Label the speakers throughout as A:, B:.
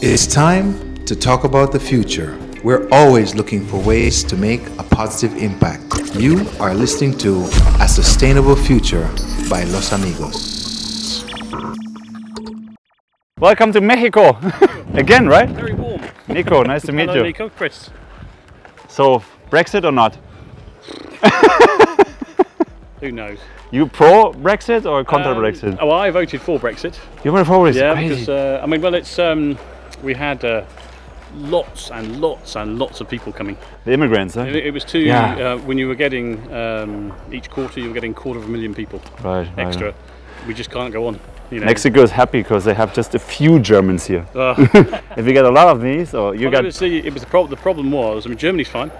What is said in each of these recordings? A: It's time to talk about the future. We're always looking for ways to make a positive impact. You are listening to A Sustainable Future by Los Amigos.
B: Welcome to Mexico again, right?
C: Very warm.
B: Nico, nice to meet
C: Hello,
B: you.
C: Nico. Chris.
B: So, Brexit or not?
C: Who knows?
B: You pro Brexit or contra
C: Um,
B: Brexit?
C: Oh, I voted for Brexit.
B: You were always
C: Yeah,
B: crazy.
C: because uh, I mean, well, it's um, we had uh, lots and lots and lots of people coming.
B: the immigrants, huh?
C: It, it was two
B: Yeah.
C: uh, when you were getting um, each quarter, you were getting quarter of a million people
B: right, right.
C: extra. We just can't go on. You know.
B: Oh, Mexico is happy because they have just a few Germans here.
C: Uh,
B: If you get a lot of these, or you
C: well, it
B: got
C: was the, it was the, prob- the problem was, I mean, Germany's fine,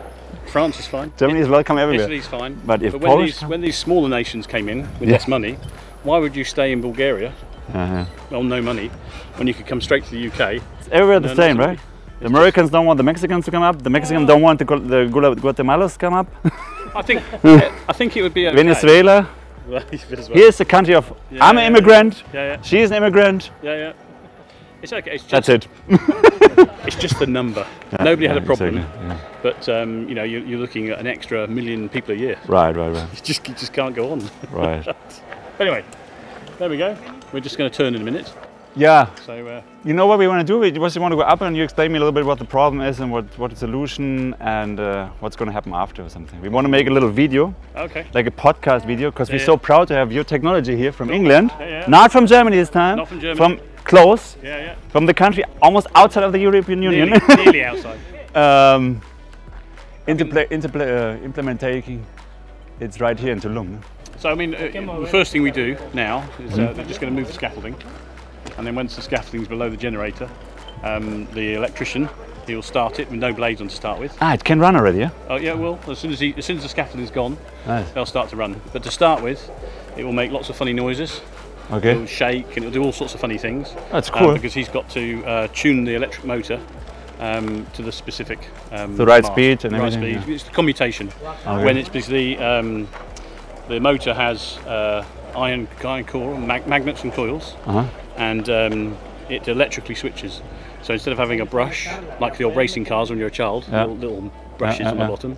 C: France is fine,
B: Germany is welcome everywhere.
C: Italy's fine.
B: But if
C: when
B: Polish
C: these,
B: come-
C: when these smaller nations came in with
B: Yeah.
C: less money, why would you stay in Bulgaria
B: Uh-huh.
C: well, no money, when you could come straight to the UK.
B: It's everywhere the
C: No, no,
B: same,
C: it's-
B: right? The Americans don't want the Mexicans to come up. The Mexicans don't want the, Gu- the Gula- Guatemalans to come up.
C: I think I think it would be okay.
B: Venezuela.
C: Venezuela.
B: Here's the country of
C: Yeah,
B: I'm an
C: yeah,
B: immigrant.
C: Yeah, yeah,
B: She's an immigrant.
C: yeah, yeah. It's okay. It's just,
B: That's it.
C: It's just the number. Nobody had a
B: Yeah,
C: problem,
B: exactly, yeah.
C: but um, you know you, you're looking at an extra million people a year.
B: Right, right, right,
C: You just you just can't go on.
B: right.
C: anyway, there we go. We're just going to turn in a minute.
B: yeah,
C: So uh,
B: you know what we want to do? We just want to go up and you explain me a little bit what the problem is and what, what the solution and uh, what's going to happen after or something. We want to make a little video,
C: okay.
B: like a podcast video, because we're
C: Yeah,
B: so
C: yeah.
B: proud to have your technology here from England.
C: Yeah, yeah.
B: Not from Germany this time.
C: Not from Germany.
B: From close,
C: Yeah,
B: from the country almost outside of the European
C: yeah.
B: Union.
C: Nearly, nearly outside.
B: um, interpla- interpla- uh, implementing, it's right here in Tulum. no?
C: So I mean, uh, the first thing we do now is uh, they're just going to move the scaffolding, and then once the scaffolding's below the generator, um, the electrician he will start it with no blades on to start with.
B: Ah, it can run already, yeah?
C: Oh yeah, well, as soon as he, as soon as the scaffolding's gone,
B: Nice.
C: they'll start to run. But to start with, it will make lots of funny noises. It'll
B: Okay.
C: shake and it'll do all sorts of funny things.
B: That's
C: uh,
B: cool.
C: because he's got to uh, tune the electric motor um, to the specific. Um,
B: The right
C: mark.
B: speed and
C: right
B: everything, Oh,
C: speed. It's the commutation. When it's because the um, the motor has uh, iron iron core mag- magnets and coils,
B: Uh-huh.
C: and um, it electrically switches. So instead of having a brush like the old racing cars when you're a child,
B: Yeah.
C: little, little brushes
B: yeah,
C: on the
B: yeah.
C: bottom,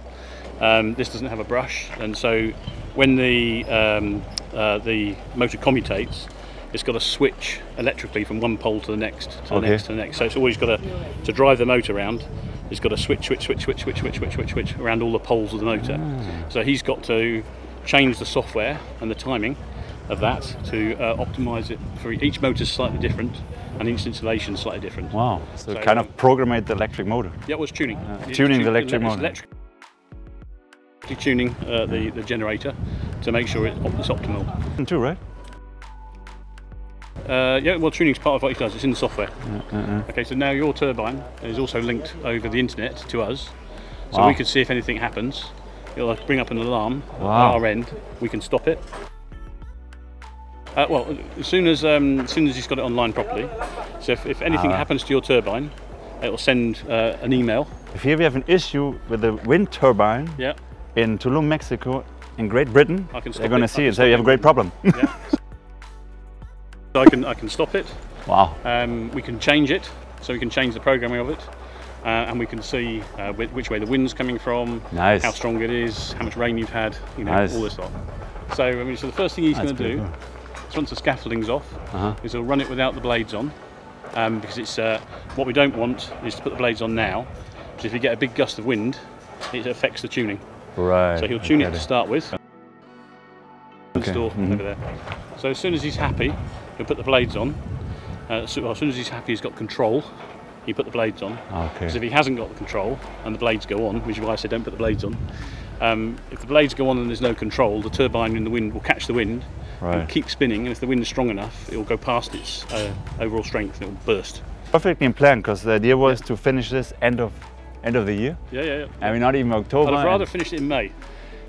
C: um, this doesn't have a brush, and so when the um, uh, the motor commutates, it's got to switch electrically from one pole to the next, to
B: Okay.
C: the next, to the next. So it's always got to to drive the motor around. It's got to switch, switch, switch, switch, switch, switch, switch, switch, switch around all the poles of the motor.
B: Ah.
C: So he's got to change the software and the timing of that to uh, optimize it for each motor's slightly different and each installation slightly different.
B: Wow. So,
C: So,
B: kind
C: um,
B: of programmed the electric motor.
C: Yeah, it was tuning. It's
B: Ah. tuning the
C: tu-
B: electric
C: it's
B: motor.
C: electric- tuning uh, the, the generator to make sure it op- it's optimal.
B: And Too, right?
C: Uh, yeah, well, tuning's part of what it does. It's in the software.
B: Uh,
C: Okay, so now your turbine is also linked over the internet to us, so
B: Wow.
C: we can see if anything happens. It'll uh, bring up an alarm
B: Wow.
C: at our end. We can stop it. Uh, well, as soon as um, as soon as he's got it online properly, so if, if anything
B: Ah.
C: happens to your turbine, it'll send uh, an email.
B: If here we have an issue with the wind turbine
C: Yeah.
B: in Tulum, Mexico, in Great Britain,
C: I
B: they're
C: can stop
B: going
C: it.
B: to
C: I
B: see
C: can
B: it. So, you have a great problem.
C: So I can I can stop it.
B: wow.
C: Um, we can change it, so we can change the programming of it, uh, and we can see uh, whi- which way the wind's coming from,
B: Nice.
C: how strong it is, how much rain you've had, you know,
B: Nice.
C: all this lot. So I mean, so the first thing he's
B: That's
C: going to
B: pretty Uh-huh.
C: do, is once the scaffolding's off, is he'll run it without the blades on, um, because it's uh, what we don't want is to put the blades on now, because if you get a big gust of wind, it affects the tuning.
B: Right.
C: So he'll tune
B: I
C: it
B: get
C: to start with. Install
B: mhm.
C: over there. So as soon as he's happy, he'll put the blades on. Uh, so, well, as soon as he's happy, he's got control. He put the blades on.
B: Oh, Okay.
C: Because if he hasn't got the control and the blades go on, which is why I say don't put the blades on. Um, if the blades go on and there's no control, the turbine in the wind will catch the wind
B: Right.
C: and keep spinning. And if the wind is strong enough, it will go past its uh, overall strength and it will burst.
B: Perfectly in plan because the idea was to finish this end of end of the year.
C: Yeah, yeah, yeah.
B: I mean, not even October.
C: I'd have
B: and-
C: rather finished it in May.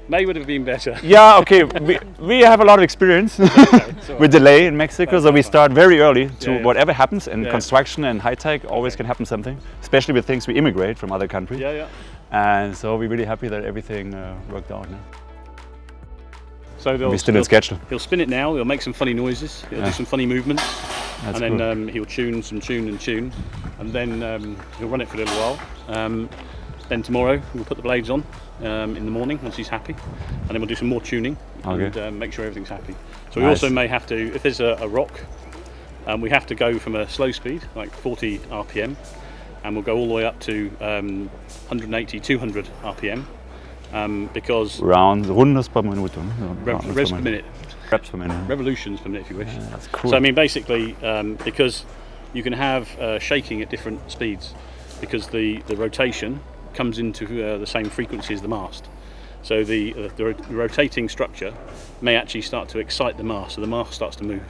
C: May would have been better.
B: yeah, okay. We, we have a lot of experience with delay in Mexico, so we start very early to
C: Yeah, yeah.
B: whatever happens. And
C: Yeah.
B: construction and high tech always can happen something, especially with things we immigrate from other countries.
C: Yeah, yeah.
B: And so we're really happy that everything uh, worked out. no?
C: So they'll
B: We still in
C: he'll-
B: schedule.
C: He'll spin it now. He'll make some funny noises. He'll
B: Yeah.
C: do some funny movements,
B: That's
C: and then
B: cool.
C: um, he'll tune some tune and tune, and then um, he'll run it for a little while. Um, then tomorrow we'll put the blades on um, in the morning once he's happy, and then we'll do some more tuning
B: Okay.
C: and um, make sure everything's happy. So we
B: Nice.
C: also may have to, if there's a, a rock, um, we have to go from a slow speed like 40 RPM, and we'll go all the way up to um, 180, 200 RPM, um, because
B: Rounds, rundes per minute. ne?
C: rev-
B: Rounds per
C: revs per minute
B: Reps per minute.
C: revolutions per minute if you wish.
B: that's cool.
C: So I mean, basically, um, because you can have uh, shaking at different speeds, because the, the rotation comes into uh, the same frequency as the mast. So the, uh, the ro- rotating structure may actually start to excite the mast, so the mast starts to move.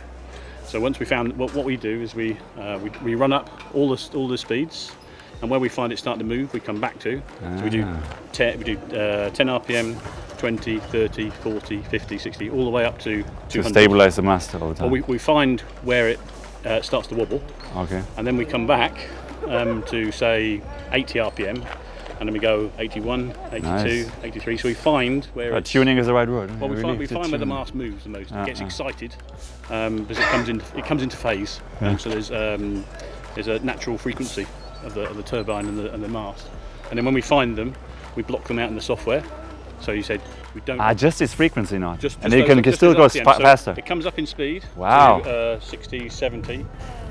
C: So once we found what, what we do is we, uh, we we run up all the all the speeds, and where we find it starting to move, we come back to. So we do te- we do uh, 10 RPM, 20, 30, 40, 50, 60, all the way up to 200.
B: To stabilize the master over
C: Well,
B: time.
C: we, we find where it uh, starts to wobble,
B: Okay.
C: and then we come back um, to say 80 RPM, and then we go 81, 82,
B: Nice.
C: 83. So we find where
B: Uh,
C: it's,
B: tuning is the right word.
C: Well, we,
B: really
C: find, we
B: to
C: find where the
B: tune.
C: mast moves the most.
B: Ah,
C: it gets
B: ah.
C: excited um, because it comes in. It comes into phase. Um, so there's um, there's a natural frequency of the, of the turbine and the, and the mast, and then when we find them, we block them out in the software. So you said we don't.
B: Ah, just its frequency now.
C: Just,
B: and
C: just
B: it can
C: over- just
B: still
C: over
B: go
C: RPM.
B: spa-
C: So
B: faster.
C: It comes up in speed.
B: Wow.
C: To, uh, 60, 70.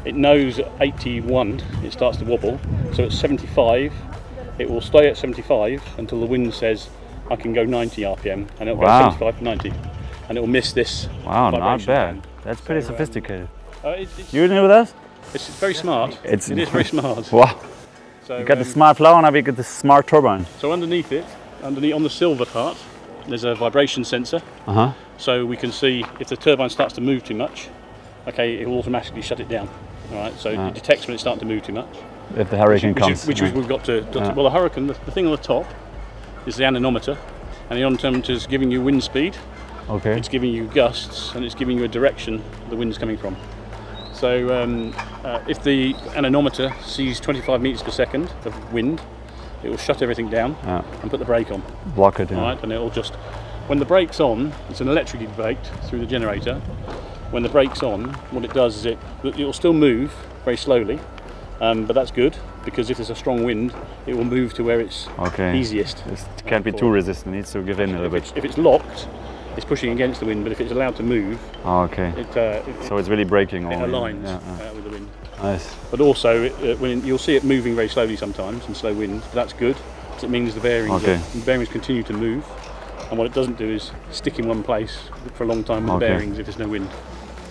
C: It knows at 81 it starts to wobble. So at 75, it will stay at 75 until the wind says, I can go 90 RPM. And it'll
B: Wow.
C: go 75 to 90. And it'll miss this.
B: Wow, not
C: vibration
B: bad.
C: band.
B: That's pretty
C: So, um,
B: sophisticated.
C: Uh, it, it's,
B: You knew that?
C: it's very smart.
B: It's-
C: It's, it is very smart.
B: Wow.
C: So,
B: You got the
C: um,
B: smart flower, now we got the smart turbine.
C: so underneath it, underneath on the silver part, there's a vibration sensor.
B: Uh huh.
C: so we can see if the turbine starts to move too much okay it will automatically shut it down all right so it detects when it's starting to move too much
B: If the hurricane
C: which,
B: comes.
C: is, which is
B: yeah.
C: we've got to, got to- well the hurricane the, the thing on the top is the anemometer and the anemometer is giving you wind speed
B: okay.
C: it's giving you gusts and it's giving you a direction the wind's coming from so um, uh, if the anemometer sees 25 meters per second of wind it will shut everything down
B: Yeah.
C: and put the brake on
B: Block it. Yeah.
C: all right, and it'll just when the brake's on, it's an electrically baked through the generator. When the brake's on, what it does is it it'll still move very slowly, um, but that's good because if there's a strong wind, it will move to where it's
B: Okay.
C: easiest.
B: This can't be too resistant. needs to give in a little
C: If it's,
B: bit.
C: if it's locked, it's pushing against the wind, but if it's allowed to move,
B: Oh, okay.
C: it, uh, it,
B: So it's really breaking.
C: it
B: all in.
C: aligns
B: Yeah, yeah.
C: uh, with the wind.
B: Nice.
C: But also, it, uh, when you'll see it moving very slowly sometimes in slow winds, but that's good because it means the bearings,
B: Okay.
C: are- the bearings continue to move. And what it doesn't do is stick in one place for a long time with
B: Okay.
C: the bearings if there's no wind.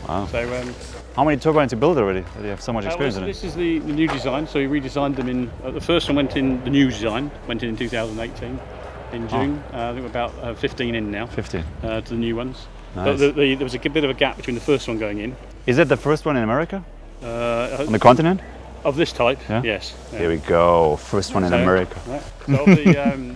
B: Wow.
C: So um,
B: How many turbines you built already? That you have so much
C: uh,
B: experience in
C: this
B: it.
C: is the, the new design. So we redesigned them in uh, the first one went in the new design went in in 2018 in June. Uh, I think we're about uh, 15 in now
B: 15.
C: uh, to the new ones. But
B: Nice.
C: The, the, there was a g- bit of a gap between the first one going in.
B: Is it the first one in America?
C: Uh,
B: On the continent?
C: of this type,
B: Yeah?
C: yes. Yeah.
B: Here we go. First one in
C: So-
B: America.
C: Right. So of the, um,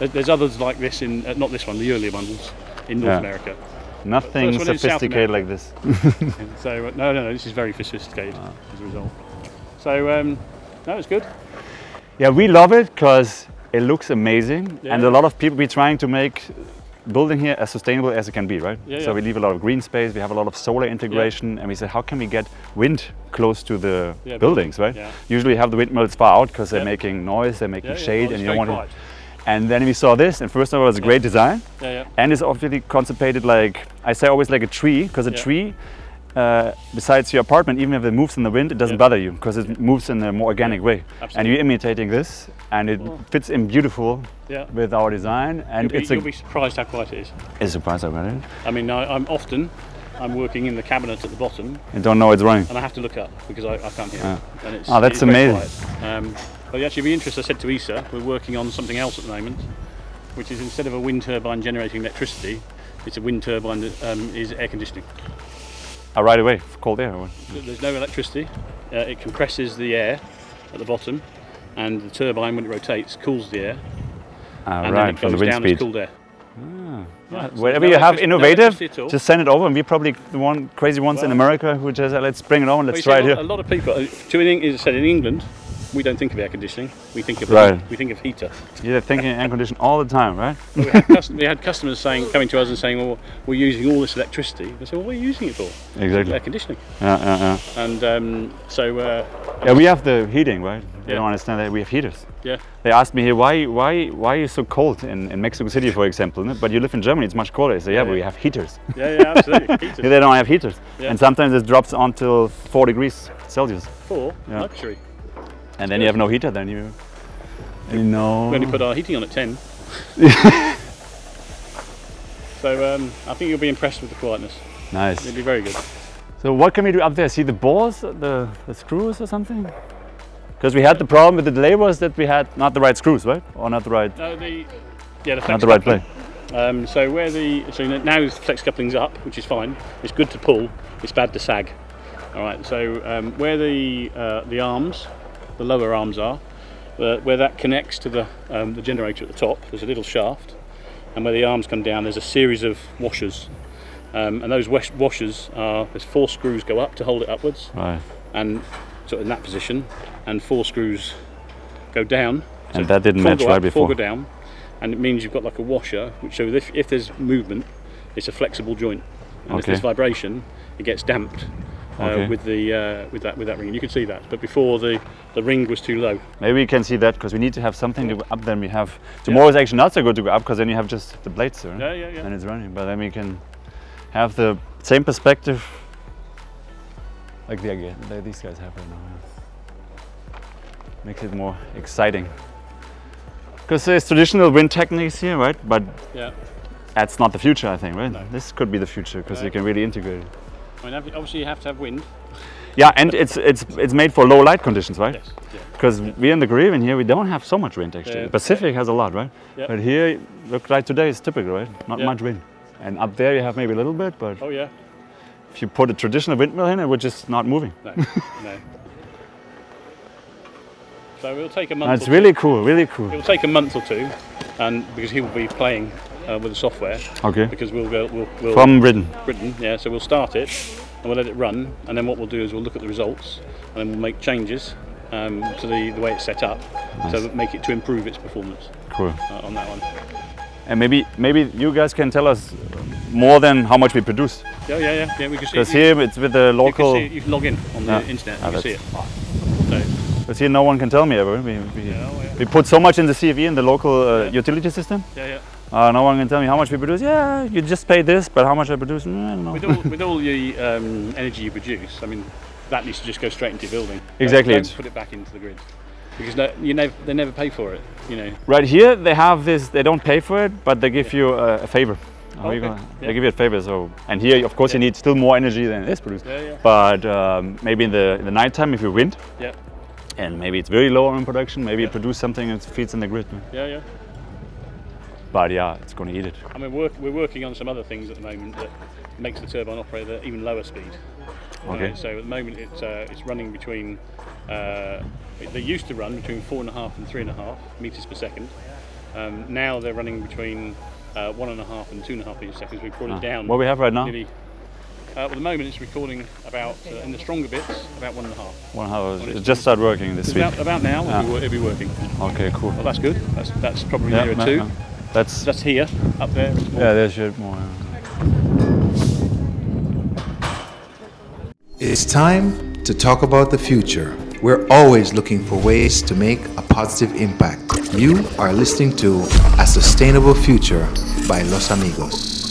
C: there- there's others like this in uh, not this one, the earlier ones in North
B: Yeah.
C: America.
B: Nothing
C: First one in South
B: sophisticated like this.
C: And so uh, no, no, no, this is very sophisticated
B: Ah.
C: as a result. So um, no, it's good.
B: Yeah, we love it because it looks amazing, and
C: Yeah.
B: a lot of people. We're trying to make building here as sustainable as it can be, right?
C: Yeah,
B: so
C: yeah.
B: we leave a lot of green space. We have a lot of solar integration, and we say, how can we get wind close to the
C: Yeah,
B: buildings, right?
C: yeah.
B: Usually, you have the windmills far out because they're
C: Yeah.
B: making noise, they're making
C: Yeah, yeah,
B: shade,
C: well,
B: and
C: it's
B: you don't
C: very
B: want
C: quiet.
B: it. And then we saw this, and first of all, it's a great design,
C: Yeah, yeah.
B: and it's obviously contemplated like I say always like a tree, because a
C: Yeah.
B: tree. Uh, besides your apartment, even if it moves in the wind, it doesn't
C: Yeah.
B: bother you because it moves in a more organic way. And you're imitating this, and it
C: Cool.
B: fits in beautiful
C: Yeah.
B: with our design. And
C: Mm. You'll be,
B: it's
C: you'll
B: a,
C: be surprised how quiet it is.
B: it's a surprise, I read it.
C: I mean, I, I'm often I'm working in the cabinet at the bottom,
B: You don't know it's running.
C: and I have to look up because I, I can't hear. it. And it's,
B: Oh, that's
C: it's very
B: amazing.
C: quiet. Um, but actually, it'd be interesting. I said to Isa, we're working on something else at the moment, which is instead of a wind turbine generating electricity, it's a wind turbine that um, is air conditioning.
B: Uh, right away, cold air. or-
C: Th- There's no electricity. Uh, it compresses the air at the bottom, and the turbine, when it rotates, cools the air,
B: Ah,
C: and then
B: right,
C: it
B: from the
C: goes
B: wind
C: down as
B: speed.
C: cooled air. Right, so
B: Wherever
C: no
B: you have
C: electric- no
B: innovative,
C: electricity at all.
B: just send it over. And we're probably the one crazy ones in
C: Well-
B: America who just uh, let's bring it on,
C: Well, you
B: let's
C: see,
B: try
C: a
B: it
C: lot-
B: here.
C: A lot of people, uh, to in, Eng- as I said, in England, we don't think of air conditioning. We think of
B: Right.
C: we think of heater.
B: You're thinking air conditioning all the time, right?
C: we, had cus- we had customers saying coming to us and saying, "Well, we're using all this electricity." I said, "Well, what are you using it for?"
B: Exactly.
C: Air conditioning.
B: Yeah, yeah, yeah.
C: And um, so, uh,
B: Yeah, we have the heating, right? They
C: Yeah.
B: don't understand that we have heaters.
C: yeah,
B: They asked me here, why, why, why is so cold in, in Mexico City, for example? no? But you live in Germany, it's much colder. I say, yeah, but we have heaters.
C: yeah, yeah, absolutely. Heater
B: they don't have heaters,
C: Yeah.
B: and sometimes it drops until four degrees Celsius,
C: for
B: Yeah.
C: luxury.
B: and then you have no heater. Then you, you know.
C: We only put our heating on at ten. so um, I think you'll be impressed with the quietness.
B: Nice.
C: It'll be very good. Uh,
B: So what can we do up there? See the balls, the, the screws or something? Because we had the problem with the delay was that we had not the right screws, right? Or not the right,
C: No, the yeah, the
B: not
C: flex
B: the right
C: coupling.
B: play.
C: Um, so where the so now the flex coupling's up, which is fine. It's good to pull. It's bad to sag. All right. So um, where the uh, the arms, the lower arms are, uh, where that connects to the um, the generator at the top, there's a little shaft, and where the arms come down, there's a series of washers. Um, and those wash- washers are there's four screws go up to hold it upwards,
B: Right.
C: and sort of in that position, and four screws go down.
B: And that didn't
C: four
B: match
C: go
B: right
C: up,
B: before.
C: Four go down, and it means you've got like a washer, which so if, if there's movement, it's a flexible joint, and if
B: Okay.
C: there's vibration, it gets damped. Uh,
B: Okay.
C: With the uh, with that with that ring, you can see that. But before the, the ring was too low.
B: Maybe we can see that because we need to have something to go up. Then we have tomorrow is actually not so good to go up because then you have just the blades there.
C: Yeah, yeah, yeah.
B: And it's running, but then we can have the same perspective like the, again, that these guys have right now. yeah. Makes it more exciting. Because there's traditional wind techniques here, right? But
C: Yeah.
B: that's not the future, I think, right?
C: No.
B: This could be the future because
C: No.
B: you can really integrate it.
C: I mean, ob- obviously you have to have wind.
B: Yeah, and it's it's it's made for low light conditions, right?
C: Yes. Yeah.
B: Because we in the Caribbean here, we don't have so much wind actually.
C: Yeah.
B: The Pacific has a lot, right?
C: Yeah.
B: But here, look like today is typical, right? Not
C: Yeah.
B: much wind. And up there you have maybe a little bit, but
C: Oh yeah.
B: if you put a traditional windmill in, it would just not moving.
C: No. no. So we'll take a month.
B: That's
C: or two-
B: really cool, really cool.
C: It'll take a month or two, and because he will be playing uh, with the software,
B: Okay.
C: because we'll go we'll, we'll
B: From Britain.
C: Britain, yeah. So we'll start it and we'll let it run, and then what we'll do is we'll look at the results and then we'll make changes um, to the, the way it's set up, so that make it to improve its performance
B: Cool.
C: uh, on that one.
B: And maybe maybe you guys can tell us more than how much we produce.
C: Yeah, yeah, yeah. yeah we can see.
B: Because
C: you,
B: here it's with the
C: you can
B: local.
C: see it, you can log in on the
B: Yeah.
C: internet.
B: Ah,
C: You can see it.
B: that's-
C: So,
B: Because here no one can tell me ever. We, we,
C: oh, yeah.
B: we put so much in the CFE in the local uh,
C: Yeah.
B: utility system.
C: yeah, yeah.
B: Uh, no one can tell me how much we produce. Yeah, you just pay this, but how much I produce, mm, I don't know.
C: With all with all the um, energy you produce, I mean, that needs to just go straight into your building. Don't-
B: Exactly,
C: Don't,
B: it's-
C: put it back into the grid because no, you never they never pay for it. You know.
B: Right here, they have this. They don't pay for it, but they give you uh, a favor. How you
C: Okay,
B: gonna-
C: yeah.
B: They give you a favor. So, and here, of course, you need still more energy than this produced.
C: Yeah, yeah.
B: But um, maybe in the in the nighttime, if you wind,
C: Yeah.
B: and maybe it's very low on production, maybe you produce something and it feeds in the grid.
C: Yeah, yeah.
B: But yeah, it's gonna eat it.
C: I mean, work, we're working on some other things at the moment that makes the turbine operate at even lower speed.
B: Okay.
C: Uh, so at the moment, it's uh, it's running between. Uh, it- they used to run between four and a half and three and a half meters per second. Um, now they're running between uh, one and a half and two and a half meters per second. So we've brought
B: Ah,
C: it down.
B: what we have right now?
C: Nearly, uh, at the moment, it's recording about uh, in the stronger bits about one and a half.
B: One hour.
C: it's-
B: It just started working this week.
C: About, about now,
B: Ah.
C: it'll, be, wo- it'll be working.
B: Okay, cool.
C: Well, that's good. That's that's probably nearer
B: no,
C: two.
B: no. That's
C: That's here, up there. it's more.
B: yeah. There's should more. yeah.
A: It's time to talk about the future. We're always looking for ways to make a positive impact. You are listening to A Sustainable Future by Los Amigos.